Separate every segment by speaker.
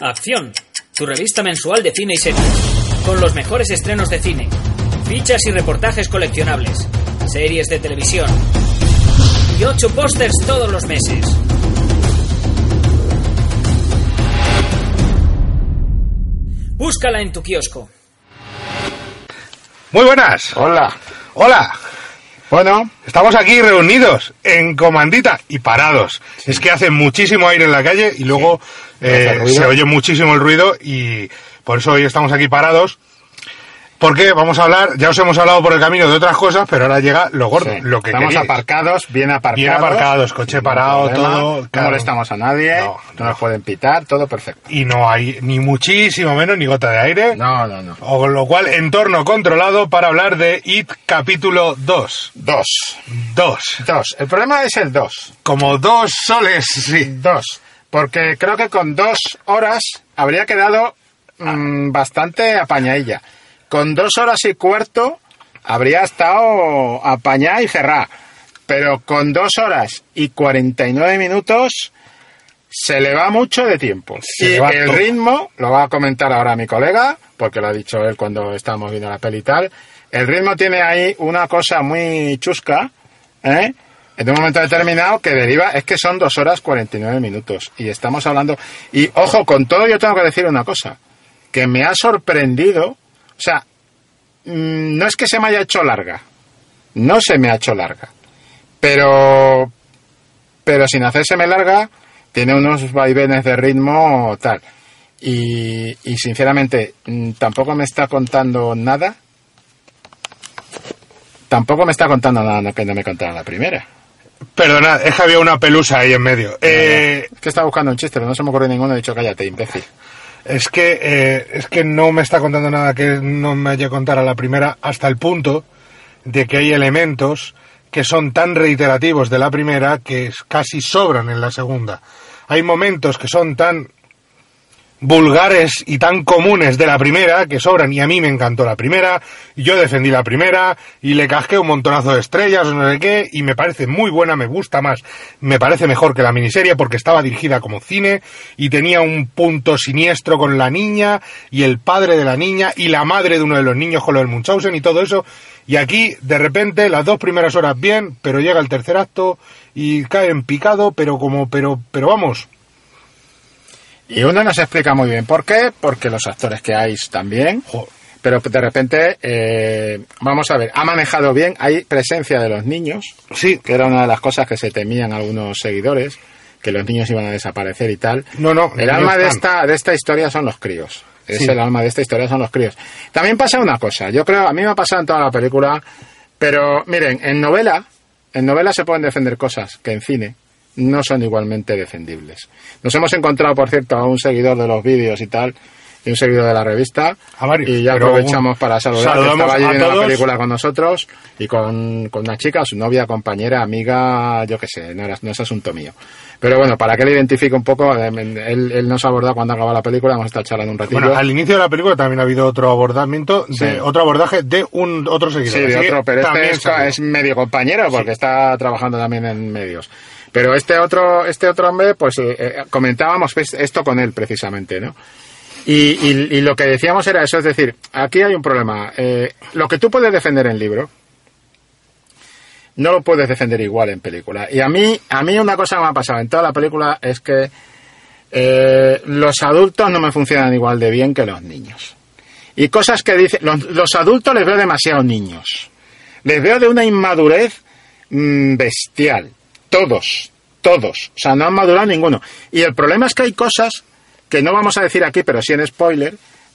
Speaker 1: Acción, tu revista mensual de cine y series, con los mejores estrenos de cine, fichas y reportajes coleccionables, series de televisión y ocho pósters todos los meses. Búscala en tu kiosco.
Speaker 2: Muy buenas.
Speaker 3: Hola.
Speaker 2: Hola.
Speaker 3: Bueno,
Speaker 2: Estamos aquí reunidos en comandita y parados. Es que hace muchísimo aire en la calle y luego eh,
Speaker 3: Hace ruido.
Speaker 2: se oye muchísimo el ruido y por eso hoy estamos aquí parados. Porque vamos a hablar, ya os hemos hablado por el camino de otras cosas, pero ahora llega lo gordo,
Speaker 3: sí,
Speaker 2: lo que
Speaker 3: estamos
Speaker 2: queríais.
Speaker 3: aparcados, bien aparcados.
Speaker 2: Bien aparcados, coche
Speaker 3: Ningún
Speaker 2: parado,
Speaker 3: problema,
Speaker 2: todo,
Speaker 3: No
Speaker 2: claro.
Speaker 3: molestamos a nadie,
Speaker 2: No,
Speaker 3: no,
Speaker 2: no.
Speaker 3: nos pueden pitar, todo perfecto.
Speaker 2: Y no hay ni muchísimo menos ni gota de aire.
Speaker 3: No, no, no.
Speaker 2: O con lo cual, entorno controlado para hablar de IT capítulo 2.
Speaker 3: Dos.
Speaker 2: 2.
Speaker 3: Dos. El problema es el dos.
Speaker 2: Como dos soles, sí.
Speaker 3: Dos. Porque creo que con dos horas habría quedado mm, bastante apañadilla. Con dos horas y cuarto habría estado apañada y cerrada. Pero con dos horas y cuarenta y nueve minutos se le va mucho de tiempo.
Speaker 2: Se
Speaker 3: y
Speaker 2: le va
Speaker 3: el
Speaker 2: todo.
Speaker 3: ritmo, lo va a comentar ahora mi colega, porque lo ha dicho él cuando estábamos viendo la peli y tal. El ritmo tiene ahí una cosa muy chusca, ¿eh? En un momento determinado que deriva, es que son dos horas 49 minutos. Y estamos hablando. Y ojo, con todo yo tengo que decir una cosa, que me ha sorprendido. O sea, mm, no es que se me haya hecho larga. No se me ha hecho larga. Pero pero sin hacérseme larga, tiene unos vaivenes de ritmo tal. Y, y sinceramente, mm, tampoco me está contando nada. Tampoco me está contando nada no, que no me contara la primera.
Speaker 2: Perdonad, es que había una pelusa ahí en medio. Eh,
Speaker 3: Es que estaba buscando un chiste, pero no se me ocurrió ninguno. He dicho, cállate, imbécil.
Speaker 2: Es que, eh, es que no me está contando nada que no me haya contado a la primera, hasta el punto de que hay elementos que son tan reiterativos de la primera que es- casi sobran en la segunda. Hay momentos que son tan vulgares y tan comunes de la primera que sobran y a mí me encantó la primera, y yo defendí la primera y le casqué un montonazo de estrellas o no sé qué y me parece muy buena, me gusta más, me parece mejor que la miniserie porque estaba dirigida como cine y tenía un punto siniestro con la niña y el padre de la niña y la madre de uno de los niños con lo del Munchausen y todo eso y aquí de repente las dos primeras horas bien, pero llega el tercer acto y cae en picado, pero como pero pero vamos,
Speaker 3: Y uno no se explica muy bien por qué, porque los actores que hay también. Pero de repente, eh, vamos a ver, ha manejado bien, hay presencia de los niños.
Speaker 2: sí,
Speaker 3: que era una de las cosas que se temían algunos seguidores, que los niños iban a desaparecer y tal.
Speaker 2: No, no,
Speaker 3: El
Speaker 2: no
Speaker 3: alma de
Speaker 2: están.
Speaker 3: esta, de esta historia son los críos. Es
Speaker 2: Sí.
Speaker 3: el alma de esta historia son los críos. También pasa una cosa, yo creo, a mí me ha pasado en toda la película, pero miren, en novela, en novela se pueden defender cosas que en cine no son igualmente defendibles. Nos hemos encontrado, por cierto, a un seguidor de los vídeos y tal, y un seguidor de la revista,
Speaker 2: A varios,
Speaker 3: y ya
Speaker 2: pero
Speaker 3: aprovechamos
Speaker 2: un-
Speaker 3: para saludar que
Speaker 2: saludamos
Speaker 3: estaba allí
Speaker 2: a
Speaker 3: viendo
Speaker 2: todos.
Speaker 3: la película con nosotros y con, con una chica, su novia, compañera, amiga, yo qué sé, no, era- no es asunto mío. Pero bueno, para que le identifique un poco, eh, él, él nos ha abordado cuando acaba la película, hemos estado charlando un ratito.
Speaker 2: Bueno, al inicio de la película también ha habido otro abordamiento, de,
Speaker 3: Sí.
Speaker 2: otro abordaje de un otro seguidor.
Speaker 3: Sí, de
Speaker 2: así que
Speaker 3: otro, pero
Speaker 2: también
Speaker 3: este es,
Speaker 2: salió.
Speaker 3: es medio compañero porque está trabajando también en medios. Pero este otro, este otro hombre, pues eh, eh, comentábamos pues, esto con él precisamente, ¿no? Y, y- y lo que decíamos era eso, es decir, aquí hay un problema. Eh, lo que tú puedes defender en libro, no lo puedes defender igual en película. Y a mí, a mí una cosa que me ha pasado en toda la película es que eh, los adultos no me funcionan igual de bien que los niños. Y cosas que dicen, los, los adultos les veo demasiado niños. Les veo de una inmadurez mm, bestial. Todos, todos. O sea, no han madurado ninguno. Y el problema es que hay cosas que no vamos a decir aquí, pero sí en spoiler.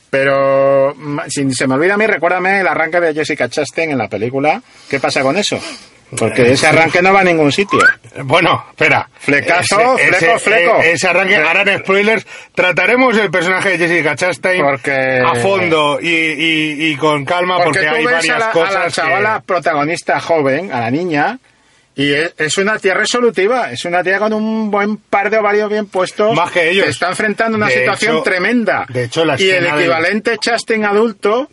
Speaker 3: Pero mm, si se me olvida a mí, recuérdame el arranque de Jessica Chastain en la película. ¿Qué pasa con eso? Porque ese arranque no va a ningún sitio.
Speaker 2: Bueno, Eh. espera.
Speaker 3: Flecazo, fleco, fleco.
Speaker 2: e- Ese arranque, ahora en spoilers, trataremos el personaje de Jessica Chastain
Speaker 3: Porque-
Speaker 2: a fondo y, y- y con calma porque,
Speaker 3: tú
Speaker 2: hay
Speaker 3: ves
Speaker 2: varias
Speaker 3: a la,
Speaker 2: cosas.
Speaker 3: a la
Speaker 2: que-
Speaker 3: chavala protagonista joven, a la niña, y es, es una tía resolutiva, es una tía con un buen par de ovarios bien puestos.
Speaker 2: Más que ellos.
Speaker 3: está enfrentando una
Speaker 2: De
Speaker 3: situación
Speaker 2: hecho-
Speaker 3: tremenda.
Speaker 2: de hecho, la
Speaker 3: y el
Speaker 2: escena del-
Speaker 3: equivalente Chastain adulto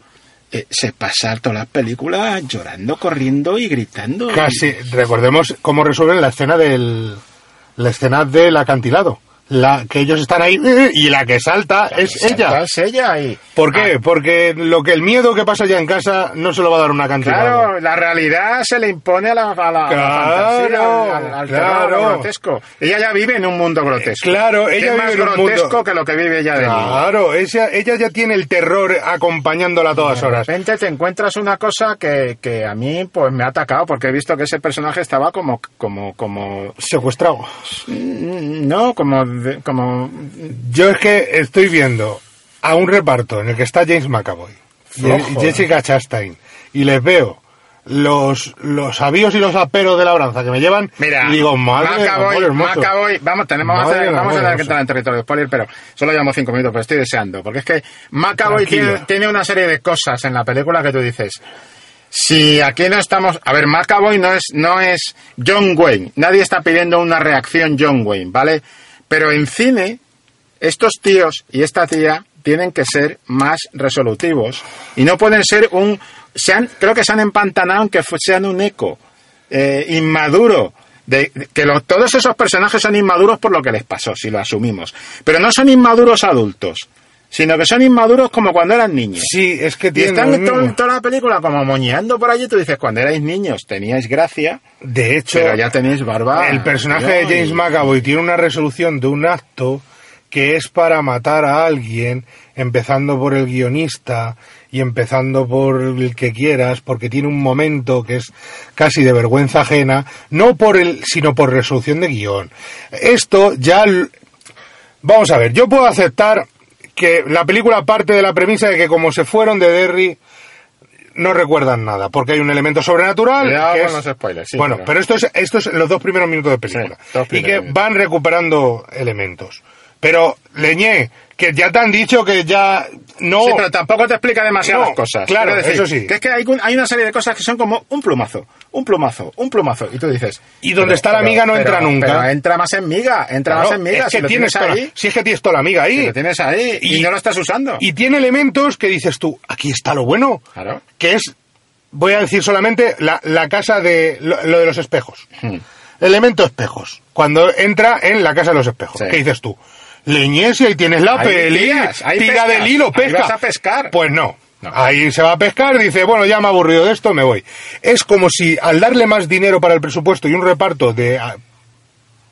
Speaker 3: eh, se pasa todas las películas llorando, corriendo y gritando.
Speaker 2: Casi, recordemos cómo resuelven la escena del. La escena del acantilado. la que ellos están ahí y la que salta
Speaker 3: La
Speaker 2: es
Speaker 3: que salta
Speaker 2: ella.
Speaker 3: Es ella y...
Speaker 2: ¿Por qué?
Speaker 3: Ah.
Speaker 2: Porque lo que el miedo que pasa ya en casa no se lo va a dar una cantidad.
Speaker 3: Claro, la realidad se le impone a la, a la- a la
Speaker 2: Claro,
Speaker 3: fantasía, al, al terror,
Speaker 2: claro.
Speaker 3: al grotesco. Ella ya vive en un mundo grotesco.
Speaker 2: Eh, claro,
Speaker 3: Que
Speaker 2: ella
Speaker 3: es
Speaker 2: vive
Speaker 3: más
Speaker 2: en un mundo-
Speaker 3: grotesco que lo que vive ella de niña.
Speaker 2: Claro, ella, ella ya tiene el terror acompañándola a todas
Speaker 3: De
Speaker 2: horas.
Speaker 3: repente te encuentras una cosa que, que a mí pues me ha atacado porque he visto que ese personaje estaba como como como
Speaker 2: Secuestrado.
Speaker 3: no como de- como
Speaker 2: Yo es que estoy viendo a un reparto en el que está James McAvoy y
Speaker 3: Flojo.
Speaker 2: y Jessica Chastain y les veo los, los avíos y los aperos de labranza que me llevan
Speaker 3: Mira,
Speaker 2: y digo, madre
Speaker 3: Macaboy,
Speaker 2: amor hermoso".
Speaker 3: Macaboy, vamos, tenemos, vamos a,
Speaker 2: Madre
Speaker 3: hacer- vamos a
Speaker 2: amor
Speaker 3: tener que
Speaker 2: hermoso.
Speaker 3: entrar en territorio spoiler, pero solo llevamos cinco minutos, pero estoy deseando, porque es que Macaboy
Speaker 2: Tranquilo.
Speaker 3: tiene, tiene una serie de cosas en la película que tú dices. Si aquí no estamos, a ver, Macaboy no es, no es John Wayne, nadie está pidiendo una reacción John Wayne, ¿vale? Pero en cine, estos tíos y esta tía tienen que ser más resolutivos y no pueden ser un se han- creo que se han empantanado en que fu- sean un eco eh, inmaduro de, de- que lo- todos esos personajes son inmaduros por lo que les pasó si lo asumimos pero no son inmaduros adultos sino que son inmaduros como cuando eran niños
Speaker 2: Sí, es que
Speaker 3: y
Speaker 2: tiene
Speaker 3: están
Speaker 2: un-
Speaker 3: to- toda la película como moñeando por allí tú dices cuando erais niños teníais gracia
Speaker 2: De hecho,
Speaker 3: pero ya tenéis barba
Speaker 2: el personaje de
Speaker 3: Ay.
Speaker 2: James McAvoy tiene una resolución de un acto que es para matar a alguien, empezando por el guionista y empezando por el que quieras, porque tiene un momento que es casi de vergüenza ajena, no por el, sino por resolución de guión. Esto ya l- Vamos a ver, yo puedo aceptar que la película parte de la premisa de que como se fueron de Derry no recuerdan nada, porque hay un elemento sobrenatural.
Speaker 3: Cuidado
Speaker 2: que
Speaker 3: con
Speaker 2: es-
Speaker 3: los spoilers, sí,
Speaker 2: bueno,
Speaker 3: pero-
Speaker 2: pero, esto es esto es los dos primeros minutos de película
Speaker 3: Sí, dos
Speaker 2: y
Speaker 3: primeros
Speaker 2: que
Speaker 3: minutos.
Speaker 2: van recuperando elementos. Pero Leñé, que ya te han dicho que ya no.
Speaker 3: Sí, pero tampoco te explica demasiadas
Speaker 2: Oh. No,
Speaker 3: cosas.
Speaker 2: claro,
Speaker 3: Quiero
Speaker 2: eso sí.
Speaker 3: Que es que hay, un- hay una serie de cosas que son como un plumazo, un plumazo, un plumazo. Y tú dices.
Speaker 2: Y donde está la miga no entra nunca.
Speaker 3: Pero entra más en miga, entra
Speaker 2: claro,
Speaker 3: más en miga.
Speaker 2: es
Speaker 3: si
Speaker 2: que
Speaker 3: lo tienes
Speaker 2: tienes toda la-
Speaker 3: ahí.
Speaker 2: si es que tienes toda la amiga ahí.
Speaker 3: si lo tienes ahí y,
Speaker 2: Y-
Speaker 3: no lo estás usando.
Speaker 2: Y tiene elementos que dices tú, aquí está lo bueno,
Speaker 3: Claro.
Speaker 2: que es, voy a decir solamente, la, la casa de lo, lo de los espejos.
Speaker 3: Hmm.
Speaker 2: Elemento espejos. Cuando entra en la casa de los espejos,
Speaker 3: Sí.
Speaker 2: ¿qué dices tú? Leñesia y tienes la
Speaker 3: Ahí
Speaker 2: peli,
Speaker 3: tiras, ahí
Speaker 2: tira
Speaker 3: pescas,
Speaker 2: del hilo,
Speaker 3: ahí
Speaker 2: pesca.
Speaker 3: vas a pescar.
Speaker 2: Pues no.
Speaker 3: No.
Speaker 2: Ahí se va a pescar, dice, bueno, ya me he aburrido de esto, me voy. Es como si al darle más dinero para el presupuesto y un reparto de ah,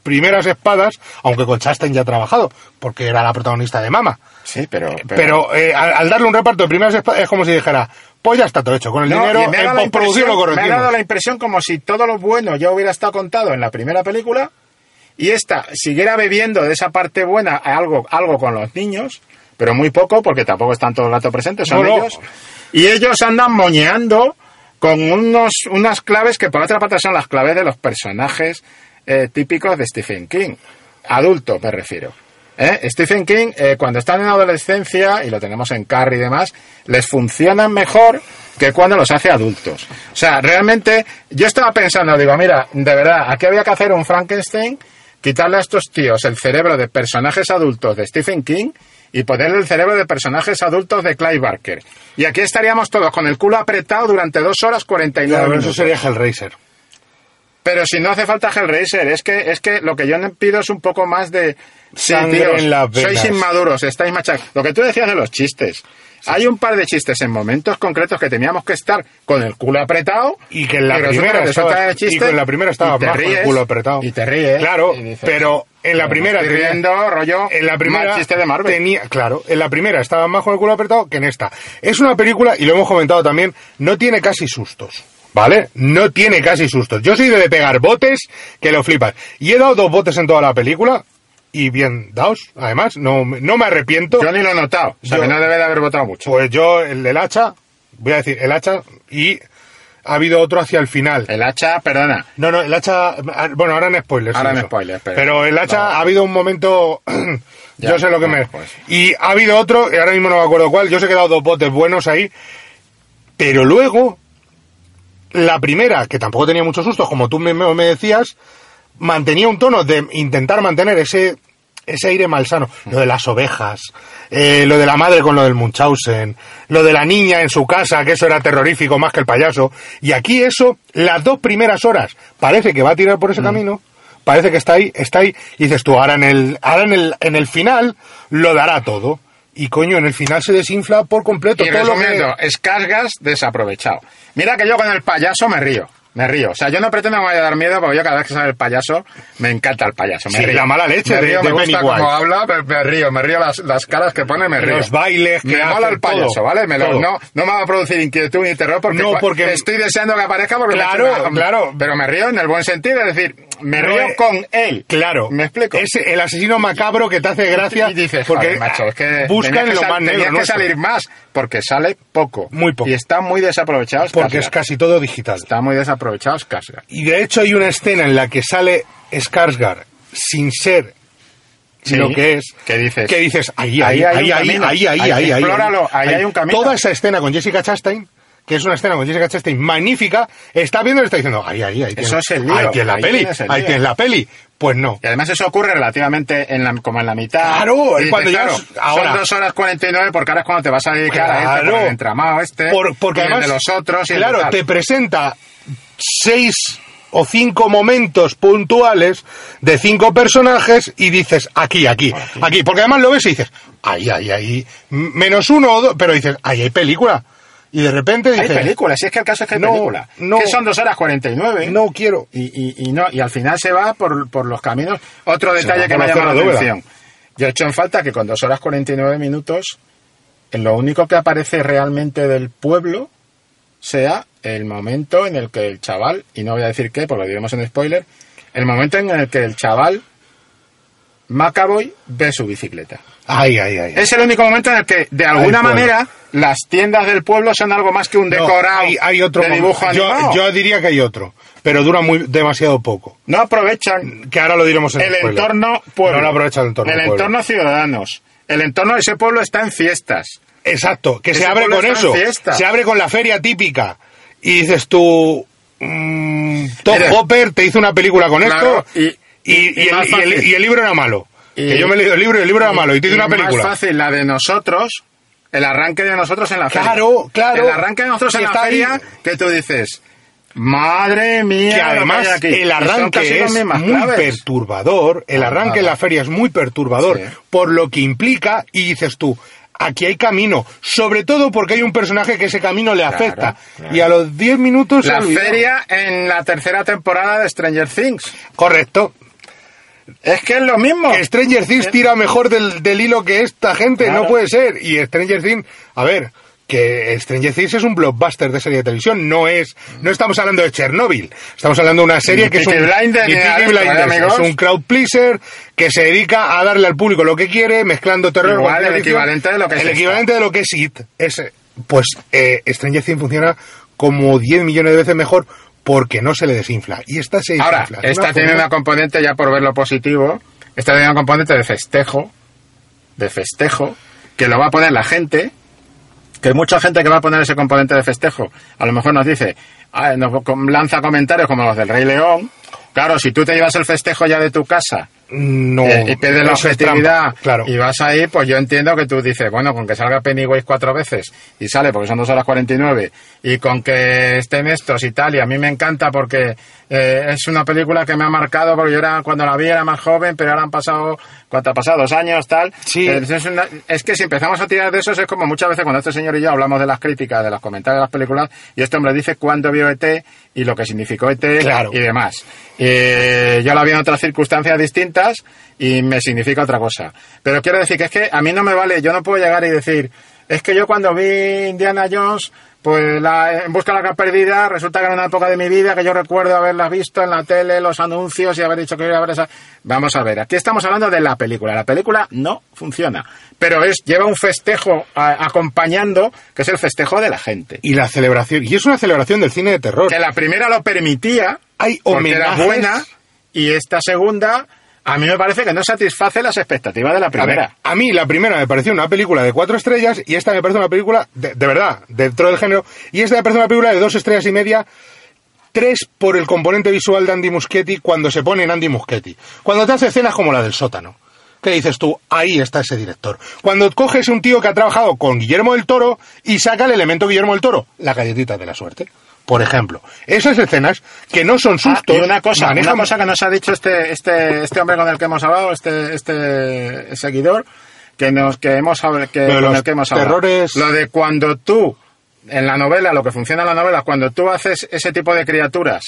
Speaker 2: primeras espadas, aunque con Chastain ya ha trabajado, porque era la protagonista de Mama,
Speaker 3: Sí, pero.
Speaker 2: pero eh, al, al darle un reparto de primeras espa- es como si dijera, pues ya está todo hecho, con el
Speaker 3: No,
Speaker 2: dinero
Speaker 3: y me ha dado
Speaker 2: en
Speaker 3: la
Speaker 2: postproducción lo
Speaker 3: impresión- Me ha dado
Speaker 2: corregimos.
Speaker 3: la impresión como si todo lo bueno ya hubiera estado contado en la primera película y esta siguiera bebiendo de esa parte buena a algo, algo con los niños, pero muy poco porque tampoco están todo el rato presentes, son
Speaker 2: No, no.
Speaker 3: ellos. Y ellos andan moñeando con unos, unas claves que por otra parte son las claves de los personajes eh, típicos de Stephen King. Adulto, me refiero. ¿Eh? Stephen King, eh, cuando están en adolescencia, y lo tenemos en Carrie y demás, les funcionan mejor que cuando los hace adultos. O sea, realmente, yo estaba pensando, digo, mira, de verdad, aquí había que hacer un Frankenstein, quitarle a estos tíos el cerebro de personajes adultos de Stephen King y ponerle el cerebro de personajes adultos de Clive Barker. Y aquí estaríamos todos con el culo apretado durante dos horas 49
Speaker 2: Claro, pero
Speaker 3: minutos.
Speaker 2: eso sería Hellraiser.
Speaker 3: Pero si no hace falta Hellraiser, es que, es que lo que yo no pido es un poco más de... Sí,
Speaker 2: Sangre
Speaker 3: tíos,
Speaker 2: en las venas.
Speaker 3: sois inmaduros, estáis machacados. Lo que tú decías de los chistes. Hay un par de chistes en momentos concretos que teníamos que estar con el culo apretado.
Speaker 2: Y que en la
Speaker 3: resulta
Speaker 2: primera
Speaker 3: que te sueltan
Speaker 2: estaba,
Speaker 3: el chiste
Speaker 2: y que en la primera estaba
Speaker 3: y te
Speaker 2: más con el
Speaker 3: ríes,
Speaker 2: culo apretado.
Speaker 3: Y te ríes.
Speaker 2: Claro,
Speaker 3: y dices,
Speaker 2: pero en la
Speaker 3: "Me
Speaker 2: primera
Speaker 3: Pues estoy
Speaker 2: tenía-
Speaker 3: riendo, rollo,
Speaker 2: en la primera
Speaker 3: mal chiste de Marvel.
Speaker 2: tenía claro en la primera estaba más con el culo apretado que en esta es una película y lo hemos comentado también no tiene casi sustos vale no tiene casi sustos yo soy de pegar botes que lo flipas y he dado dos botes en toda la película y bien daos además no no me arrepiento
Speaker 3: Yo ni lo he notado. O sea,
Speaker 2: Yo-
Speaker 3: que no debe de haber votado mucho.
Speaker 2: pues yo el del hacha voy a decir el hacha y ha habido otro hacia el final
Speaker 3: El hacha, perdona.
Speaker 2: no, no, el hacha. ah, Bueno, ahora en spoilers.
Speaker 3: Ahora
Speaker 2: sí,
Speaker 3: en
Speaker 2: eso.
Speaker 3: spoilers, pero-
Speaker 2: el hacha
Speaker 3: no.
Speaker 2: ha habido un momento.
Speaker 3: Ya,
Speaker 2: yo sé lo que
Speaker 3: bueno,
Speaker 2: me.
Speaker 3: pues.
Speaker 2: Y ha habido otro, y ahora mismo no me acuerdo cuál. Yo sé que he dado dos botes buenos ahí. Pero luego, la primera, que tampoco tenía muchos sustos, como tú mismo me decías, mantenía un tono de intentar mantener ese ese aire malsano.
Speaker 3: Mm.
Speaker 2: Lo de las ovejas, eh, lo de la madre con lo del Munchausen, lo de la niña en su casa, que eso era terrorífico
Speaker 3: Mm.
Speaker 2: más que el payaso. Y aquí eso, las dos primeras horas, parece que va a tirar por ese camino, parece que está ahí, está ahí, y dices tú, ahora en el, ahora en el, en el final lo dará todo. Y coño, en el final se desinfla por completo.
Speaker 3: Y
Speaker 2: todo lo que-
Speaker 3: resumiendo, escargas desaprovechado. Mira que yo con el payaso me río. Me río. O sea, yo no pretendo que me vaya a dar miedo, porque yo cada vez que sale el payaso, me encanta el payaso. Me
Speaker 2: Sí,
Speaker 3: río.
Speaker 2: la mala leche
Speaker 3: me
Speaker 2: de-
Speaker 3: río,
Speaker 2: de
Speaker 3: me gusta
Speaker 2: Pennywise.
Speaker 3: cómo habla, me, me río. Me río las, las caras que pone, me río.
Speaker 2: Los bailes que
Speaker 3: Me
Speaker 2: hace,
Speaker 3: mola el payaso,
Speaker 2: todo,
Speaker 3: ¿vale? Me lo-
Speaker 2: todo.
Speaker 3: no, no me va a producir inquietud ni terror, porque,
Speaker 2: No,
Speaker 3: cua-
Speaker 2: porque-
Speaker 3: estoy deseando que aparezca, porque me
Speaker 2: Claro,
Speaker 3: hace una-
Speaker 2: claro.
Speaker 3: Pero me río en el buen sentido, es decir, me
Speaker 2: No
Speaker 3: río
Speaker 2: es-
Speaker 3: con él.
Speaker 2: Claro.
Speaker 3: ¿Me explico?
Speaker 2: Es el asesino macabro que te hace gracia
Speaker 3: y dices,
Speaker 2: porque
Speaker 3: "Joder, macho, es que
Speaker 2: busca
Speaker 3: tenías
Speaker 2: en
Speaker 3: que
Speaker 2: lo
Speaker 3: sal-
Speaker 2: más negro.
Speaker 3: tenías que
Speaker 2: nuestro,
Speaker 3: salir más, porque sale poco.
Speaker 2: Muy poco.
Speaker 3: Y están muy desaprovechados.
Speaker 2: porque
Speaker 3: Skarsgård.
Speaker 2: es casi todo digital.
Speaker 3: Están muy desaprovechados Skarsgård.
Speaker 2: Y de hecho hay una escena en la que sale Skarsgård sin ser
Speaker 3: Sí,
Speaker 2: lo que es.
Speaker 3: ¿qué dices?
Speaker 2: Que dices, ahí,
Speaker 3: Ahí hay
Speaker 2: ahí, ahí, ahí,
Speaker 3: un
Speaker 2: ahí,
Speaker 3: camino.
Speaker 2: ahí, ahí,
Speaker 3: Ahí,
Speaker 2: ahí, ahí.
Speaker 3: explóralo, ahí hay un camino.
Speaker 2: Toda esa escena con Jessica Chastain, que es una escena con Jessica Chastain magnífica, está viendo y está diciendo, ahí, ahí, ahí. tienes-
Speaker 3: es el lío,
Speaker 2: Ahí tienes la
Speaker 3: ahí
Speaker 2: peli,
Speaker 3: tienes el
Speaker 2: ahí
Speaker 3: lío.
Speaker 2: tienes la peli. Pues no.
Speaker 3: Y además eso ocurre relativamente en la, como en la mitad.
Speaker 2: Claro,
Speaker 3: Y dices,
Speaker 2: cuando ya
Speaker 3: claro,
Speaker 2: es- ahora.
Speaker 3: Son dos horas 49 porque ahora es cuando te vas a dedicar a este,
Speaker 2: Claro.
Speaker 3: por el entramado este,
Speaker 2: Por-
Speaker 3: y
Speaker 2: porque
Speaker 3: el
Speaker 2: además,
Speaker 3: de los otros. Y el de
Speaker 2: claro,
Speaker 3: tal.
Speaker 2: te presenta seis o cinco momentos puntuales de cinco personajes y dices aquí, aquí, aquí, porque además lo ves y dices, ahí, ahí, ahí, m- menos uno o dos, pero dices, ahí hay película. Y de repente
Speaker 3: Hay
Speaker 2: dices,
Speaker 3: películas, si es que el caso es que hay
Speaker 2: No,
Speaker 3: película.
Speaker 2: no.
Speaker 3: que son dos horas 49.
Speaker 2: no quiero.
Speaker 3: y, y, y no y al final se va por, por los caminos. Otro detalle
Speaker 2: va
Speaker 3: que
Speaker 2: por
Speaker 3: me ha
Speaker 2: la
Speaker 3: llamado la
Speaker 2: cerradura.
Speaker 3: atención. Yo he hecho en falta que con dos horas 49 minutos, eh, lo único que aparece realmente del pueblo sea el momento en el que el chaval, y no voy a decir qué, porque lo diremos en spoiler, el momento en el que el chaval Macaboy ve su bicicleta.
Speaker 2: Ay, ay, ay.
Speaker 3: Es el único momento en el que, de alguna
Speaker 2: pueblo.
Speaker 3: manera, las tiendas del pueblo son algo más que un
Speaker 2: No,
Speaker 3: decorado
Speaker 2: hay, hay otro
Speaker 3: de dibujo
Speaker 2: momento. yo,
Speaker 3: animado.
Speaker 2: yo diría que hay otro, pero dura muy demasiado poco.
Speaker 3: No aprovechan
Speaker 2: Que ahora lo diremos en
Speaker 3: el
Speaker 2: spoiler.
Speaker 3: entorno pueblo.
Speaker 2: No lo aprovecha el entorno pueblo.
Speaker 3: entorno ciudadanos. El entorno de ese pueblo está en fiestas.
Speaker 2: Exacto, que
Speaker 3: Ese
Speaker 2: se abre
Speaker 3: pueblo
Speaker 2: con
Speaker 3: está en
Speaker 2: eso.
Speaker 3: fiesta.
Speaker 2: Se abre con la feria típica. Y dices tú. mm, Tom
Speaker 3: Mira.
Speaker 2: Hopper te hizo una película con
Speaker 3: Claro,
Speaker 2: esto.
Speaker 3: y-
Speaker 2: Y, y
Speaker 3: y
Speaker 2: el,
Speaker 3: más
Speaker 2: y el-
Speaker 3: fácil.
Speaker 2: y el libro era malo.
Speaker 3: Y-
Speaker 2: que yo me he leído el libro y el libro era malo. Y te hizo una película.
Speaker 3: Es fácil la de nosotros, el arranque de nosotros en la feria.
Speaker 2: Claro, claro.
Speaker 3: El arranque de nosotros
Speaker 2: Y
Speaker 3: en la
Speaker 2: está ahí.
Speaker 3: feria que tú dices, madre mía.
Speaker 2: que
Speaker 3: lo
Speaker 2: además
Speaker 3: hay aquí". Y
Speaker 2: el
Speaker 3: son casi
Speaker 2: arranque
Speaker 3: las
Speaker 2: es
Speaker 3: mismas
Speaker 2: muy
Speaker 3: claves.
Speaker 2: perturbador, el
Speaker 3: Ah,
Speaker 2: arranque
Speaker 3: nada.
Speaker 2: en la feria es muy perturbador,
Speaker 3: Sí.
Speaker 2: por lo que implica, y dices tú, aquí hay camino, sobre todo porque hay un personaje que ese camino le afecta,
Speaker 3: claro.
Speaker 2: y a los 10 minutos... se
Speaker 3: La
Speaker 2: olvidó.
Speaker 3: feria en la tercera temporada de Stranger Things.
Speaker 2: Correcto.
Speaker 3: Es que es lo mismo.
Speaker 2: Que Stranger Things tira mejor del, del hilo que esta gente,
Speaker 3: Eh, Claro.
Speaker 2: no puede ser. Y Stranger Things, a ver, que Stranger Things es un blockbuster de serie de televisión, no es, no estamos hablando de Chernobyl, estamos hablando de una serie
Speaker 3: Ni
Speaker 2: que es un,
Speaker 3: Peaky Blinders
Speaker 2: ni
Speaker 3: ni nada
Speaker 2: Peaky
Speaker 3: de esto, ¿eh,
Speaker 2: Blinders,
Speaker 3: amigos?
Speaker 2: es un crowd pleaser que se dedica a darle al público lo que quiere, mezclando terror.
Speaker 3: Igual,
Speaker 2: con
Speaker 3: el
Speaker 2: ficción.
Speaker 3: equivalente de lo que es
Speaker 2: el
Speaker 3: esto.
Speaker 2: equivalente de lo que es It, es, pues eh, Stranger Things funciona como 10 millones de veces mejor porque no se le desinfla. Y esta se
Speaker 3: Ahora,
Speaker 2: desinfla. de
Speaker 3: esta
Speaker 2: una
Speaker 3: tiene
Speaker 2: forma-
Speaker 3: una componente, ya por ver lo positivo, esta tiene una componente de festejo, de festejo, que lo va a poner la gente, que mucha gente que va a poner ese componente de festejo, a lo mejor nos dice, ah, nos com- lanza comentarios como los del Rey León, claro, si tú te llevas el festejo ya de tu casa
Speaker 2: no
Speaker 3: eh, y pierdes la
Speaker 2: eso es trampa,
Speaker 3: objetividad
Speaker 2: claro
Speaker 3: y vas ahí, pues yo entiendo que tú dices, bueno, con que salga Pennywise cuatro veces y sale porque son dos horas 49 y con que estén estos y tal, y a mí me encanta porque eh, es una película que me ha marcado porque yo era, cuando la vi era más joven, pero ahora han pasado, ¿cuánto ha pasado? Dos años, tal.
Speaker 2: Sí.
Speaker 3: Eh, es, una- es que si empezamos a tirar de esos es como muchas veces cuando este señor y yo hablamos de las críticas, de los comentarios de las películas y este hombre dice cuándo vio ET y lo que significó E ET
Speaker 2: Claro.
Speaker 3: y demás. Eh, yo la vi en otras circunstancias distintas y me significa otra cosa. Pero quiero decir que es que a mí no me vale, yo no puedo llegar y decir, es que yo cuando vi Indiana Jones, pues la, en busca de la Arca perdida, resulta que era una época de mi vida que yo recuerdo haberla visto en la tele, los anuncios y haber dicho que iba a ver esa. Vamos a ver, aquí estamos hablando de la película. La película no funciona, pero es lleva un festejo a- acompañando, que es el festejo de la gente.
Speaker 2: y la celebración y es una celebración del cine de terror
Speaker 3: Que la primera lo permitía,
Speaker 2: hay
Speaker 3: porque era
Speaker 2: homenajes
Speaker 3: buena y esta segunda a mí me parece que no satisface las expectativas de la
Speaker 2: a, ver,
Speaker 3: primera.
Speaker 2: a mí la primera me pareció una película de cuatro estrellas y esta me parece una película de, de verdad dentro del género y esta me parece una película de dos estrellas y media tres por el componente visual de Andy Muschietti cuando se pone en Andy Muschietti cuando te hace escenas como la del sótano que dices tú ahí está ese director cuando coges un tío que ha trabajado con Guillermo del Toro y saca el elemento Guillermo del Toro la galletita de la suerte por ejemplo. Esas escenas que no son sustos.
Speaker 3: Ah, y una cosa,
Speaker 2: manejan-
Speaker 3: una cosa que nos ha dicho este, este, este hombre con el que hemos hablado, este, este seguidor, que nos que hemos habl- que,
Speaker 2: Pero
Speaker 3: con
Speaker 2: los
Speaker 3: el que hemos hablado.
Speaker 2: terrores-
Speaker 3: Lo de cuando tú, en la novela, lo que funciona en la novela, cuando tú haces ese tipo de criaturas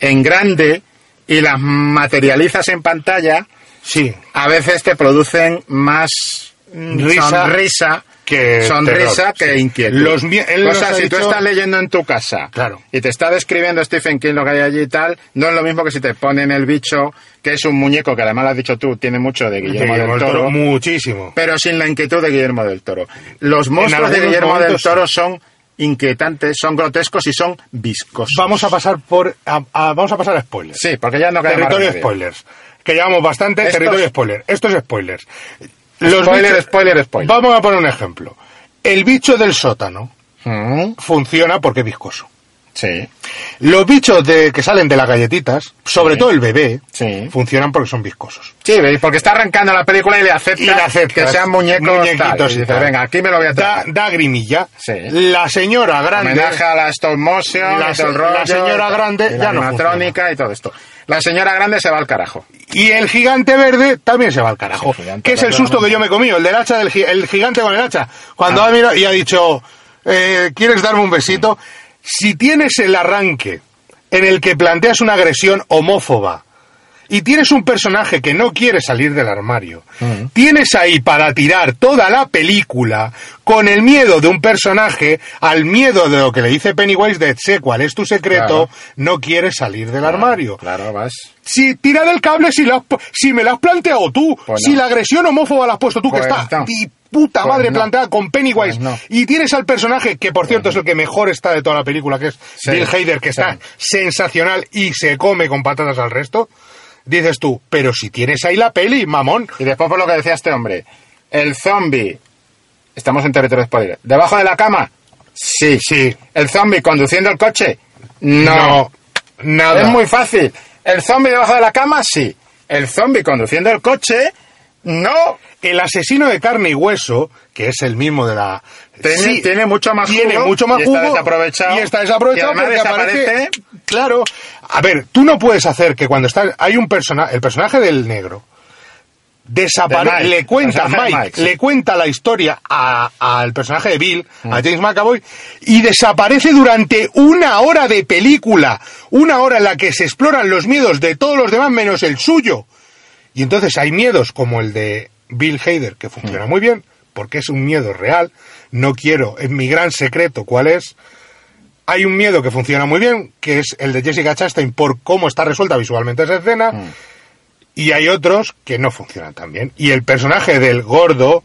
Speaker 3: en grande y las materializas en pantalla,
Speaker 2: Sí,
Speaker 3: a veces te producen más mm,
Speaker 2: Risa
Speaker 3: sonrisa
Speaker 2: que
Speaker 3: sonrisa
Speaker 2: terror,
Speaker 3: que
Speaker 2: sí.
Speaker 3: inquietud.
Speaker 2: Los mie- él
Speaker 3: o
Speaker 2: nos
Speaker 3: sea,
Speaker 2: ha
Speaker 3: si tú
Speaker 2: dicho-
Speaker 3: estás leyendo en tu casa
Speaker 2: Claro.
Speaker 3: y te está describiendo Stephen King lo que hay allí y tal, no es lo mismo que si te ponen el bicho, que es un muñeco que además lo has dicho tú, tiene mucho de Guillermo,
Speaker 2: Guillermo
Speaker 3: del
Speaker 2: del
Speaker 3: Toro,
Speaker 2: muchísimo.
Speaker 3: pero sin la inquietud de Guillermo del Toro. Los monstruos de
Speaker 2: algunos
Speaker 3: Guillermo
Speaker 2: momentos,
Speaker 3: del Toro son inquietantes, son grotescos y son viscosos.
Speaker 2: Vamos a pasar por a- a- vamos a pasar a spoilers.
Speaker 3: Sí, porque ya no queda más
Speaker 2: territorio
Speaker 3: remedio.
Speaker 2: spoilers. Que llevamos bastante
Speaker 3: Estos-
Speaker 2: territorio spoiler. Esto es spoilers.
Speaker 3: Spoiler,
Speaker 2: bichos-
Speaker 3: spoiler, spoiler.
Speaker 2: Vamos a poner un ejemplo. El bicho del sótano
Speaker 3: Mm,
Speaker 2: funciona porque es viscoso.
Speaker 3: Sí.
Speaker 2: Los bichos de, que salen de las galletitas, sobre
Speaker 3: Sí.
Speaker 2: todo el bebé,
Speaker 3: Sí.
Speaker 2: funcionan porque son viscosos.
Speaker 3: Sí, ¿veis? porque está arrancando la película y le acepta,
Speaker 2: Y la aceptas.
Speaker 3: que sean muñecos
Speaker 2: Muñequitos
Speaker 3: tal. Y
Speaker 2: y
Speaker 3: dice,
Speaker 2: tal.
Speaker 3: venga, aquí me lo voy a
Speaker 2: Da,
Speaker 3: traer.
Speaker 2: da grimilla.
Speaker 3: Sí.
Speaker 2: La señora grande.
Speaker 3: homenaje a la stop motion,
Speaker 2: La
Speaker 3: y todo el
Speaker 2: se-
Speaker 3: rollo,
Speaker 2: la señora
Speaker 3: y-
Speaker 2: grande
Speaker 3: y la
Speaker 2: ya no
Speaker 3: animatrónica y todo esto. La señora grande se va al carajo.
Speaker 2: Y el gigante verde también se va al carajo.
Speaker 3: El gigante
Speaker 2: que es el
Speaker 3: verde,
Speaker 2: susto
Speaker 3: ¿no? Ah.
Speaker 2: que yo me he comido, el del hacha del gi- el gigante con el hacha. Cuando ha mirado y ha dicho, eh, ¿quieres darme un besito? Si tienes el arranque en el que planteas una agresión homófoba y tienes un personaje que no quiere salir del armario,
Speaker 3: Mm.
Speaker 2: tienes ahí para tirar toda la película con el miedo de un personaje al miedo de lo que le dice Pennywise de sé cuál es tu secreto,
Speaker 3: Claro.
Speaker 2: no quieres salir del armario.
Speaker 3: Claro, vas.
Speaker 2: Si tira del cable si, la has pu- si me la has planteado tú,
Speaker 3: Pues no.
Speaker 2: si la agresión homófoba la has puesto tú,
Speaker 3: Pues
Speaker 2: que está
Speaker 3: no.
Speaker 2: y puta
Speaker 3: Pues
Speaker 2: madre
Speaker 3: no.
Speaker 2: planteada con Pennywise.
Speaker 3: Pues no. Pues
Speaker 2: Y tienes al personaje, que por cierto es el que mejor está de toda la película, que es
Speaker 3: Sí,
Speaker 2: Bill Hader, que está
Speaker 3: sí.
Speaker 2: sensacional y se come con patatas al resto. Dices tú, pero si tienes ahí la peli, mamón.
Speaker 3: Y después por lo que decía este hombre, el zombie, estamos en territorio spoiler, debajo de la cama, sí,
Speaker 2: Sí.
Speaker 3: El zombie conduciendo el coche, no.
Speaker 2: nada.
Speaker 3: Es muy fácil. El zombie debajo de la cama, sí. El zombie conduciendo el coche, no.
Speaker 2: El asesino de carne y hueso, que es el mismo de la...
Speaker 3: Tiene- tiene mucho más
Speaker 2: tiene
Speaker 3: jugo
Speaker 2: mucho más
Speaker 3: y está
Speaker 2: jugo
Speaker 3: desaprovechado.
Speaker 2: Y está desaprovechado
Speaker 3: Y además
Speaker 2: porque aparece-
Speaker 3: desaparece.
Speaker 2: Claro. A ver, tú no puedes hacer que cuando está... Hay un personaje... El personaje del negro
Speaker 3: De
Speaker 2: desaparece...
Speaker 3: Mike.
Speaker 2: le cuenta
Speaker 3: El personaje de
Speaker 2: Mike,
Speaker 3: Mike, sí.
Speaker 2: le cuenta la historia a- al personaje de Bill,
Speaker 3: Mm.
Speaker 2: a James McAvoy, y desaparece durante una hora de película. Una hora en la que se exploran los miedos de todos los demás menos el suyo. Y entonces hay miedos como el de Bill Hader, que funciona
Speaker 3: Mm.
Speaker 2: muy bien, porque es un miedo real. No quiero, es mi gran secreto, ¿cuál es? Hay un miedo que funciona muy bien, que es el de Jessica Chastain por cómo está resuelta visualmente esa escena.
Speaker 3: Mm.
Speaker 2: Y hay otros que no funcionan tan bien. Y el personaje del gordo,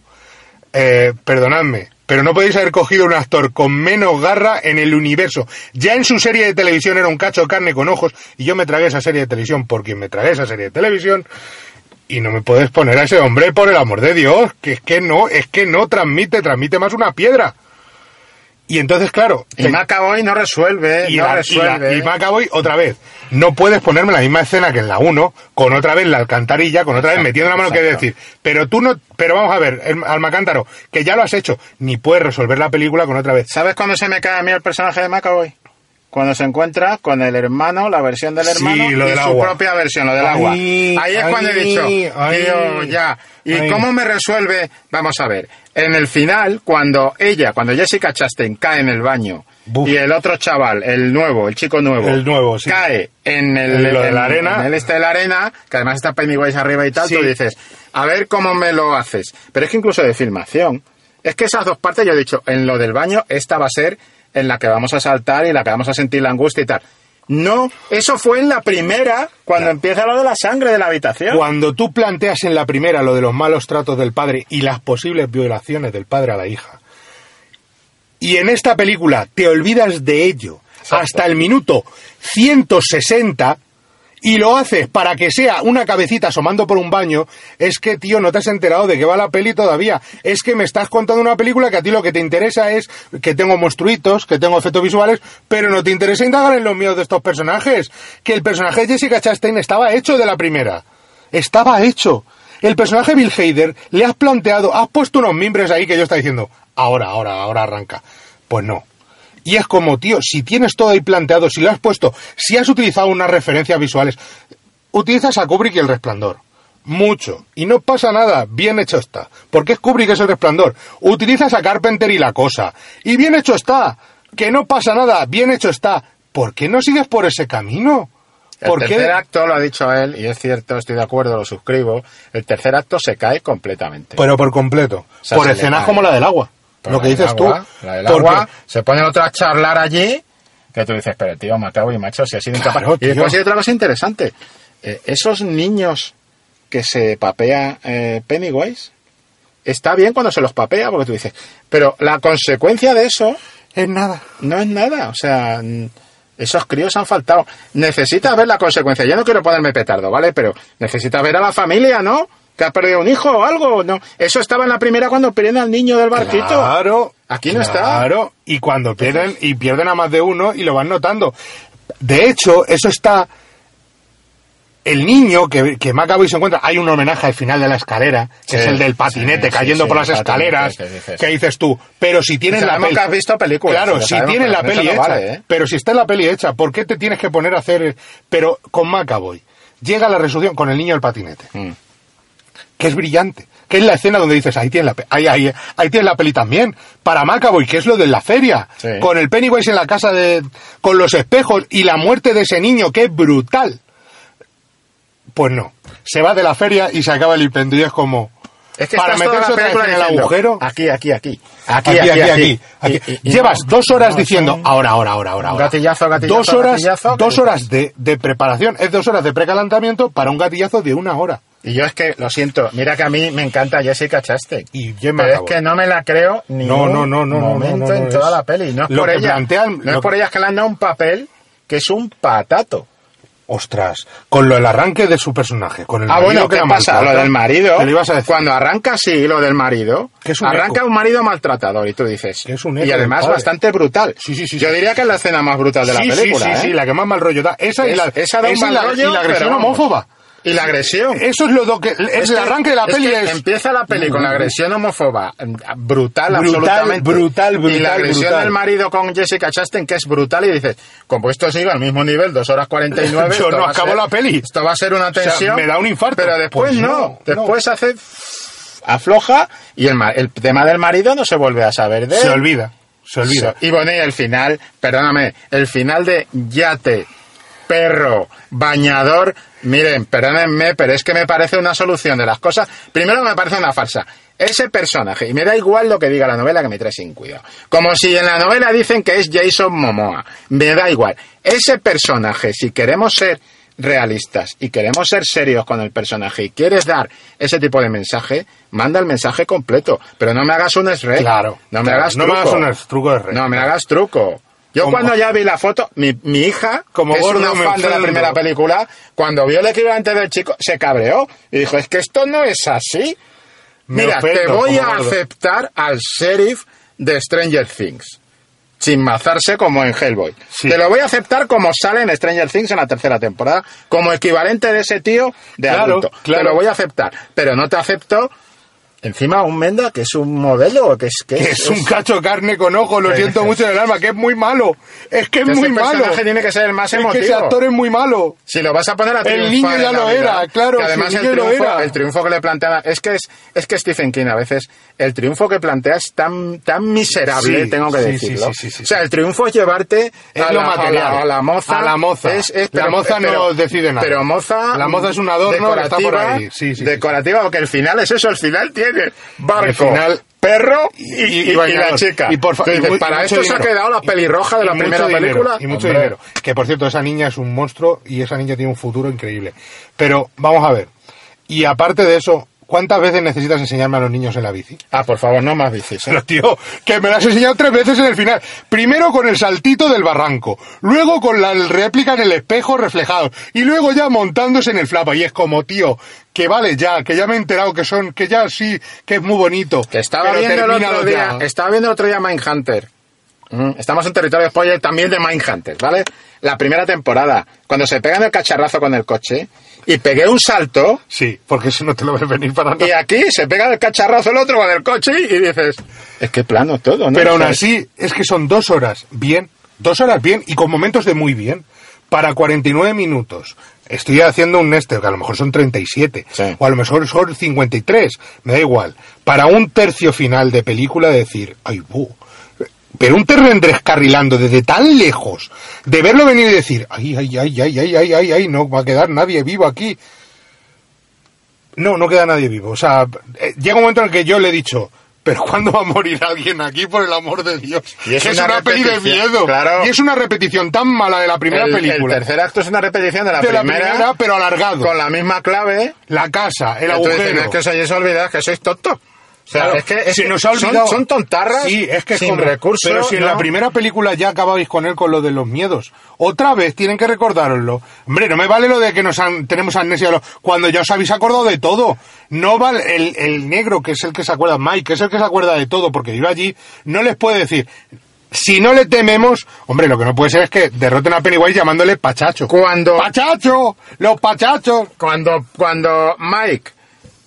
Speaker 2: eh, perdonadme, pero no podéis haber cogido un actor con menos garra en el universo. Ya en su serie de televisión era un cacho de carne con ojos y yo me tragué esa serie de televisión porque me tragué esa serie de televisión y no me puedes poner a ese hombre por el amor de Dios, que es que no, es que no transmite, transmite más una piedra. Y entonces, claro,
Speaker 3: Y
Speaker 2: te-
Speaker 3: Macaboy no resuelve,
Speaker 2: y,
Speaker 3: no
Speaker 2: la- y, la-
Speaker 3: resuelve. ¿eh?
Speaker 2: y Macaboy otra vez. No puedes ponerme la misma escena que en la 1, con otra vez la alcantarilla, con otra vez
Speaker 3: Exacto,
Speaker 2: metiendo la mano que
Speaker 3: exacto.
Speaker 2: decir. Pero tú no, pero vamos a ver, el- Almacántaro, que ya lo has hecho, ni puedes resolver la película con otra vez.
Speaker 3: ¿Sabes cuándo se me cae a mí el personaje de Macaboy? Cuando se encuentra con el hermano, la versión del
Speaker 2: Sí,
Speaker 3: hermano
Speaker 2: lo
Speaker 3: y
Speaker 2: del
Speaker 3: su
Speaker 2: agua.
Speaker 3: propia versión, lo del
Speaker 2: Ay,
Speaker 3: agua. Ahí es cuando he
Speaker 2: ay,
Speaker 3: dicho,
Speaker 2: ay,
Speaker 3: tío, ya. ¿Y
Speaker 2: ay.
Speaker 3: cómo me resuelve? Vamos a ver. En el final, cuando ella, cuando Jessica Chastain cae en el baño
Speaker 2: Buf.
Speaker 3: y el otro chaval, el nuevo, el chico nuevo,
Speaker 2: El nuevo, sí.
Speaker 3: cae en el,
Speaker 2: En lo de
Speaker 3: en-
Speaker 2: la arena.
Speaker 3: en el este de la arena, que además está Pennywise arriba y tal,
Speaker 2: Sí.
Speaker 3: tú dices, a ver cómo me lo haces. Pero es que incluso de filmación, es que esas dos partes yo he dicho, en lo del baño, esta va a ser en la que vamos a saltar y la que vamos a sentir la angustia y tal. No, eso fue en la primera, cuando empieza lo de la sangre de la habitación.
Speaker 2: Cuando tú planteas en la primera lo de los malos tratos del padre y las posibles violaciones del padre a la hija, y en esta película te olvidas de ello hasta el minuto 160 y lo haces para que sea una cabecita asomando por un baño, es que, tío, no te has enterado de que va la peli todavía. Es que me estás contando una película que a ti lo que te interesa es que tengo monstruitos, que tengo efectos visuales, pero no te interesa indagar en los miedos de estos personajes. Que el personaje de Jessica Chastain estaba hecho de la primera. Estaba hecho. El personaje Bill Hader le has planteado, has puesto unos mimbres ahí que yo está diciendo, ahora, ahora, ahora arranca. Pues no. Y es como, tío, si tienes todo ahí planteado, si lo has puesto, si has utilizado unas referencias visuales, utilizas a Kubrick y el resplandor. Mucho. Y no pasa nada. Bien hecho está. Porque es Kubrick es el resplandor. Utilizas a Carpenter y la cosa. Y bien hecho está. Que no pasa nada. Bien hecho está. ¿Por qué no sigues por ese camino?
Speaker 3: El
Speaker 2: ¿Por
Speaker 3: tercer
Speaker 2: qué?
Speaker 3: acto, lo ha dicho él, y es cierto, estoy de acuerdo, lo suscribo. El tercer acto se cae completamente.
Speaker 2: Pero por completo.
Speaker 3: sea,
Speaker 2: por
Speaker 3: se le
Speaker 2: escenas
Speaker 3: cae.
Speaker 2: como la del agua.
Speaker 3: Pero
Speaker 2: lo
Speaker 3: la
Speaker 2: que
Speaker 3: del
Speaker 2: dices
Speaker 3: agua,
Speaker 2: tú.
Speaker 3: La del
Speaker 2: Porque-
Speaker 3: agua, se pone otro a charlar allí, que tú dices, pero tío, me acabo y macho, si ha sido incapaz.
Speaker 2: Claro,
Speaker 3: y después
Speaker 2: tío.
Speaker 3: hay otra cosa interesante. Eh, esos niños que se papea eh, Pennywise, está bien cuando se los papea, porque tú dices, pero la consecuencia de eso
Speaker 2: Es nada.
Speaker 3: no es nada. O sea, mm, esos críos han faltado. Necesitas ver la consecuencia. Yo no quiero ponerme petardo, ¿vale? Pero necesitas ver a la familia, ¿no? Que ha perdido un hijo o algo, ¿no? Eso estaba en la primera cuando pierden al niño del barquito.
Speaker 2: Claro.
Speaker 3: Aquí no está.
Speaker 2: Claro. Y cuando pierden, y pierden a más de uno y lo van notando. De hecho, eso está. El niño que, que Macaboy se encuentra, hay un homenaje al final de la escalera,
Speaker 3: Sí,
Speaker 2: que es el del
Speaker 3: sí,
Speaker 2: patinete
Speaker 3: sí,
Speaker 2: cayendo
Speaker 3: sí,
Speaker 2: por las
Speaker 3: el patinete,
Speaker 2: escaleras,
Speaker 3: que dices.
Speaker 2: que dices tú, pero si tienes la
Speaker 3: Sabemos
Speaker 2: peli...
Speaker 3: que has visto películas,
Speaker 2: Claro,
Speaker 3: pues, lo
Speaker 2: si
Speaker 3: sabemos,
Speaker 2: tienes
Speaker 3: pero
Speaker 2: la
Speaker 3: con eso
Speaker 2: peli
Speaker 3: no
Speaker 2: hecha,
Speaker 3: vale, ¿eh?
Speaker 2: pero si está la peli hecha, ¿por qué te tienes que poner a hacer...? Pero con Macaboy llega la resolución con el niño del patinete
Speaker 3: Mm.
Speaker 2: que es brillante, que es la escena donde dices, ahí tienes la, pe- ahí, ahí, ahí tienes la peli también, para Macaboy, que es lo de la feria,
Speaker 3: Sí.
Speaker 2: con el Pennywise en la casa de, con los espejos y la muerte de ese niño, que es brutal. Pues no, se va de la feria y se acaba el impendio y es como,
Speaker 3: Es que
Speaker 2: para
Speaker 3: estás toda
Speaker 2: meterse
Speaker 3: la
Speaker 2: otra vez
Speaker 3: película
Speaker 2: en el
Speaker 3: diciendo,
Speaker 2: agujero,
Speaker 3: Aquí, aquí, aquí.
Speaker 2: aquí, aquí, aquí, aquí.
Speaker 3: Y- y- y
Speaker 2: Llevas
Speaker 3: no,
Speaker 2: dos horas
Speaker 3: no,
Speaker 2: diciendo,
Speaker 3: son-
Speaker 2: ahora, ahora, ahora, ahora. ahora.
Speaker 3: Gatillazo, gatillazo,
Speaker 2: Dos horas,
Speaker 3: gatillazo,
Speaker 2: dos
Speaker 3: que
Speaker 2: horas de, de preparación, es dos horas de precalentamiento para un gatillazo de una hora.
Speaker 3: Y yo es que, lo siento, mira que a mí me encanta Jessica Chastain.
Speaker 2: Y yo me
Speaker 3: Pero es
Speaker 2: acabo.
Speaker 3: que no me la creo ni
Speaker 2: No,
Speaker 3: un
Speaker 2: no, no, no, no,
Speaker 3: momento
Speaker 2: no, no,
Speaker 3: en
Speaker 2: es-
Speaker 3: toda la peli. No es
Speaker 2: lo
Speaker 3: por
Speaker 2: que
Speaker 3: ella,
Speaker 2: plantean-
Speaker 3: no
Speaker 2: lo
Speaker 3: es por
Speaker 2: que-
Speaker 3: ellas que le han dado un papel que es un patato.
Speaker 2: Ostras, con lo, el arranque de su personaje, con el
Speaker 3: Ah,
Speaker 2: marido
Speaker 3: bueno,
Speaker 2: que
Speaker 3: ¿qué
Speaker 2: la
Speaker 3: pasa?
Speaker 2: maltrata,
Speaker 3: Lo del marido.
Speaker 2: que le ibas a decir,
Speaker 3: Cuando arranca así, lo del marido.
Speaker 2: Que es un
Speaker 3: arranca
Speaker 2: eco.
Speaker 3: un marido maltratador, y tú dices.
Speaker 2: Que es un eco
Speaker 3: y
Speaker 2: del
Speaker 3: además
Speaker 2: padre.
Speaker 3: bastante brutal.
Speaker 2: Sí, sí, sí,
Speaker 3: Yo
Speaker 2: sí.
Speaker 3: diría que es la escena más brutal de
Speaker 2: sí,
Speaker 3: la película.
Speaker 2: sí, sí,
Speaker 3: ¿eh?
Speaker 2: sí, la que más mal rollo da. Esa y
Speaker 3: Es-
Speaker 2: la,
Speaker 3: esa da un
Speaker 2: esa y
Speaker 3: mal
Speaker 2: la-
Speaker 3: rollo,
Speaker 2: y la agresión
Speaker 3: pero vamos.
Speaker 2: homófoba.
Speaker 3: Y la agresión.
Speaker 2: Eso es lo que es
Speaker 3: Es
Speaker 2: el
Speaker 3: que-
Speaker 2: arranque de la
Speaker 3: es
Speaker 2: peli
Speaker 3: que
Speaker 2: es
Speaker 3: Empieza la peli con la agresión homófoba mm, brutal,
Speaker 2: Brutal,
Speaker 3: absolutamente.
Speaker 2: brutal, brutal,
Speaker 3: Y la agresión
Speaker 2: brutal.
Speaker 3: del marido con Jessica Chastain, que es brutal, y dices, como esto sigue al mismo nivel, 2 horas 49,
Speaker 2: Yo
Speaker 3: esto
Speaker 2: no
Speaker 3: va a
Speaker 2: acabo
Speaker 3: ser-
Speaker 2: la peli.
Speaker 3: Esto va a ser una
Speaker 2: sea,
Speaker 3: tensión.
Speaker 2: me da un infarto.
Speaker 3: Pero después
Speaker 2: Pues no,
Speaker 3: no,
Speaker 2: no.
Speaker 3: después hace afloja y el, ma- el tema del marido no se vuelve a saber de él.
Speaker 2: se olvida, se olvida.
Speaker 3: Y bueno, y el final, perdóname, el final de yate, perro, bañador. Miren, perdónenme, pero es que me parece una solución de las cosas. Primero me parece una farsa. Ese personaje, y me da igual lo que diga la novela que me trae sin cuidado. Como si en la novela dicen que es Jason Momoa. Me da igual. Ese personaje, si queremos ser realistas y queremos ser serios con el personaje y quieres dar ese tipo de mensaje, manda el mensaje completo. Pero no me hagas un esre.
Speaker 2: Claro,
Speaker 3: ¿eh? No me
Speaker 2: claro,
Speaker 3: hagas
Speaker 2: no me
Speaker 3: truco.
Speaker 2: hagas un es- truco de re.
Speaker 3: No me hagas truco. Yo
Speaker 2: Como-
Speaker 3: cuando ya vi la foto, mi, mi hija,
Speaker 2: Como
Speaker 3: que es
Speaker 2: gordo
Speaker 3: una
Speaker 2: me
Speaker 3: fan de la
Speaker 2: ofendo.
Speaker 3: primera película, cuando vio el equivalente del chico, se cabreó y dijo, es que esto no es así.
Speaker 2: Me
Speaker 3: Mira, te
Speaker 2: ofendo,
Speaker 3: voy
Speaker 2: como
Speaker 3: a
Speaker 2: gordo.
Speaker 3: aceptar al sheriff de Stranger Things. Sin mazarse como en Hellboy.
Speaker 2: Sí.
Speaker 3: Te lo voy a aceptar como sale en Stranger Things en la tercera temporada, como equivalente de ese tío de
Speaker 2: Claro,
Speaker 3: adulto.
Speaker 2: claro.
Speaker 3: Te lo voy a aceptar. Pero no te acepto encima un Menda que es un modelo, que es que
Speaker 2: Que es un cacho de carne con ojo, lo
Speaker 3: Sí.
Speaker 2: siento mucho en el alma, que es muy malo. Es que es
Speaker 3: Ese
Speaker 2: muy malo.
Speaker 3: Este personaje tiene que ser el más
Speaker 2: es que
Speaker 3: emotivo.
Speaker 2: ese actor es muy malo.
Speaker 3: Si lo vas a poner a
Speaker 2: El
Speaker 3: triunfar
Speaker 2: niño
Speaker 3: en
Speaker 2: ya
Speaker 3: la
Speaker 2: lo
Speaker 3: vida,
Speaker 2: era, claro,
Speaker 3: que
Speaker 2: si el
Speaker 3: además
Speaker 2: niño lo
Speaker 3: triunfo,
Speaker 2: era.
Speaker 3: el triunfo que le planteaba es que es es que Stephen King a veces el triunfo que plantea es tan tan miserable,
Speaker 2: Sí,
Speaker 3: tengo que
Speaker 2: sí,
Speaker 3: decirlo.
Speaker 2: sí, sí, sí, sí.
Speaker 3: o sea, el triunfo es llevarte
Speaker 2: Es
Speaker 3: a, la,
Speaker 2: lo
Speaker 3: a la-
Speaker 2: material.
Speaker 3: a la moza,
Speaker 2: A la moza.
Speaker 3: Es, es-
Speaker 2: La moza no decide nada.
Speaker 3: Pero moza,
Speaker 2: La moza es un adorno que está por
Speaker 3: decorativa,
Speaker 2: ahí. Sí, sí, sí.
Speaker 3: decorativa, porque el final es eso, el final tiene barco,
Speaker 2: El final-
Speaker 3: perro y, y- y la
Speaker 2: bañador.
Speaker 3: chica.
Speaker 2: Y por fa-
Speaker 3: Entonces,
Speaker 2: y mu-
Speaker 3: para
Speaker 2: y
Speaker 3: esto
Speaker 2: mucho
Speaker 3: se ha
Speaker 2: dinero.
Speaker 3: quedado la pelirroja de
Speaker 2: Y
Speaker 3: la
Speaker 2: mucho
Speaker 3: primera
Speaker 2: dinero,
Speaker 3: película
Speaker 2: Y mucho
Speaker 3: Hombre.
Speaker 2: dinero. Que por cierto, esa niña es un monstruo y esa niña tiene un futuro increíble. Pero vamos a ver. Y aparte de eso, ¿cuántas veces necesitas enseñarme a los niños en la bici?
Speaker 3: Ah, por favor, no más bicis. ¿eh?
Speaker 2: Pero tío, que me lo has enseñado tres veces en el final. Primero con el saltito del barranco, luego con la réplica en el espejo reflejado y luego ya montándose en el flapa. Y es como, tío, que vale ya, que ya me he enterado que son, que ya sí, que es muy bonito.
Speaker 3: Que estaba
Speaker 2: pero
Speaker 3: viendo el
Speaker 2: termínalo
Speaker 3: otro día,
Speaker 2: ya.
Speaker 3: estaba viendo el otro día Mindhunter. Mm, Estamos en territorio spoiler también de Mindhunters, ¿vale? La primera temporada, cuando se pegan el cacharrazo con el coche y pegué un salto
Speaker 2: Sí, porque si no te lo ves venir para nada.
Speaker 3: y aquí se pega el cacharrazo el otro con el coche y dices, es que plano todo, ¿no?
Speaker 2: Pero aún
Speaker 3: ¿Sabes?
Speaker 2: así, es que son dos horas bien, dos horas bien y con momentos de muy bien. Para 49 minutos. Estoy haciendo un Nester, que a lo mejor son 37,
Speaker 3: Sí.
Speaker 2: o a lo mejor son 53, me da igual. Para un tercio final de película decir, ay, bu. Pero un terreno descarrilando desde tan lejos, de verlo venir y decir, ay, ay, ay, ay, ay, ay, ay, ay, no va a quedar nadie vivo aquí. No, no queda nadie vivo. O sea, eh, llega un momento en el que yo le he dicho, pero ¿cuándo va a morir alguien aquí, por el amor de Dios?
Speaker 3: Y es
Speaker 2: Que
Speaker 3: una
Speaker 2: peli de
Speaker 3: repetición,
Speaker 2: miedo.
Speaker 3: claro.
Speaker 2: Y es una repetición tan mala de la primera
Speaker 3: el,
Speaker 2: película.
Speaker 3: El tercer acto es una repetición de la,
Speaker 2: de la
Speaker 3: primera,
Speaker 2: primera, pero alargado.
Speaker 3: con la misma clave.
Speaker 2: La casa, el
Speaker 3: Entonces,
Speaker 2: agujero.
Speaker 3: Es que os hayáis olvidado que sois tontos. O sea,
Speaker 2: Claro,
Speaker 3: es que, es
Speaker 2: se
Speaker 3: que
Speaker 2: nos ha
Speaker 3: son-
Speaker 2: olvidado.
Speaker 3: Son, tontarras
Speaker 2: Sí, es que es
Speaker 3: sin
Speaker 2: como-
Speaker 3: recursos.
Speaker 2: Pero si en
Speaker 3: ¿no?
Speaker 2: la primera película ya acababais con él con lo de los miedos. Otra vez tienen que recordároslo. Hombre, no me vale lo de que nos han- tenemos amnesia de lo- cuando ya os habéis acordado de todo. No vale el, el negro, que es el que se acuerda, Mike, que es el que se acuerda de todo porque vive allí, no les puede decir. Si no le tememos, hombre, lo que no puede ser es que derroten a Pennywise llamándole pachacho.
Speaker 3: Cuando-
Speaker 2: ¡Pachacho! ¡Los pachachos!
Speaker 3: cuando, cuando Mike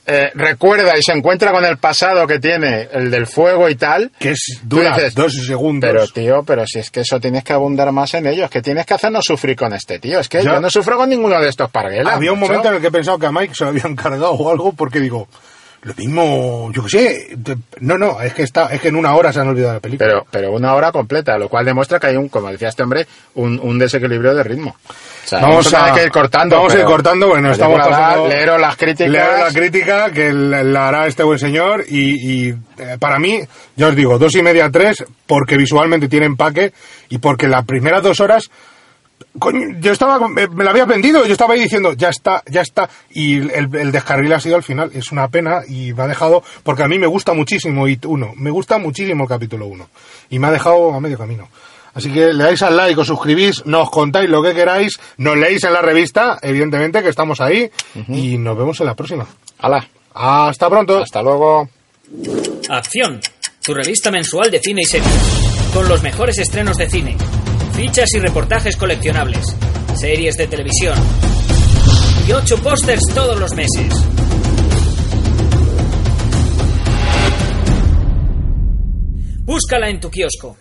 Speaker 3: eh, recuerda y se encuentra con el pasado que tiene, el del fuego y tal.
Speaker 2: Que es,
Speaker 3: tú
Speaker 2: dura
Speaker 3: dices,
Speaker 2: dos segundos.
Speaker 3: Pero tío, pero si es que eso tienes que abundar más en ellos, que tienes que hacernos sufrir con este tío. Es que
Speaker 2: Ya.
Speaker 3: yo no sufro con ninguno de estos parguelas.
Speaker 2: Había un
Speaker 3: macho.
Speaker 2: momento en el que he pensado que a Mike se lo habían cargado o algo, porque digo, lo mismo, yo qué sé. de- No, no, es que está, es que en una hora se han olvidado de la película.
Speaker 3: Pero, pero una hora completa, lo cual demuestra que hay un, como decía este hombre, un, un desequilibrio de ritmo. O sea,
Speaker 2: Vamos
Speaker 3: nosotros
Speaker 2: a-
Speaker 3: hay que ir cortando.
Speaker 2: vamos a ir
Speaker 3: pero-
Speaker 2: cortando, bueno,
Speaker 3: pero
Speaker 2: estamos
Speaker 3: yo por ahora
Speaker 2: pasando-
Speaker 3: Leo las críticas.
Speaker 2: Leo la crítica que la la hará este buen señor y, y, eh, para mí, ya os digo, dos y media, tres, porque visualmente tiene empaque y porque las primeras dos horas, coño, yo estaba, con- me, me la había vendido, yo estaba ahí diciendo, ya está, ya está, y el, el descarril ha sido al final, es una pena y me ha dejado, porque a mí me gusta muchísimo It 1, me gusta muchísimo el capítulo 1 y me ha dejado a medio camino. Así que le dais al like, os suscribís, nos contáis lo que queráis, nos leéis en la revista, evidentemente que estamos ahí, y nos vemos en la próxima.
Speaker 3: Hala,
Speaker 2: Hasta pronto.
Speaker 3: hasta luego.
Speaker 1: Acción, tu revista mensual de cine y series, con los mejores estrenos de cine, fichas y reportajes coleccionables, series de televisión y ocho pósters todos los meses. Búscala en tu kiosco.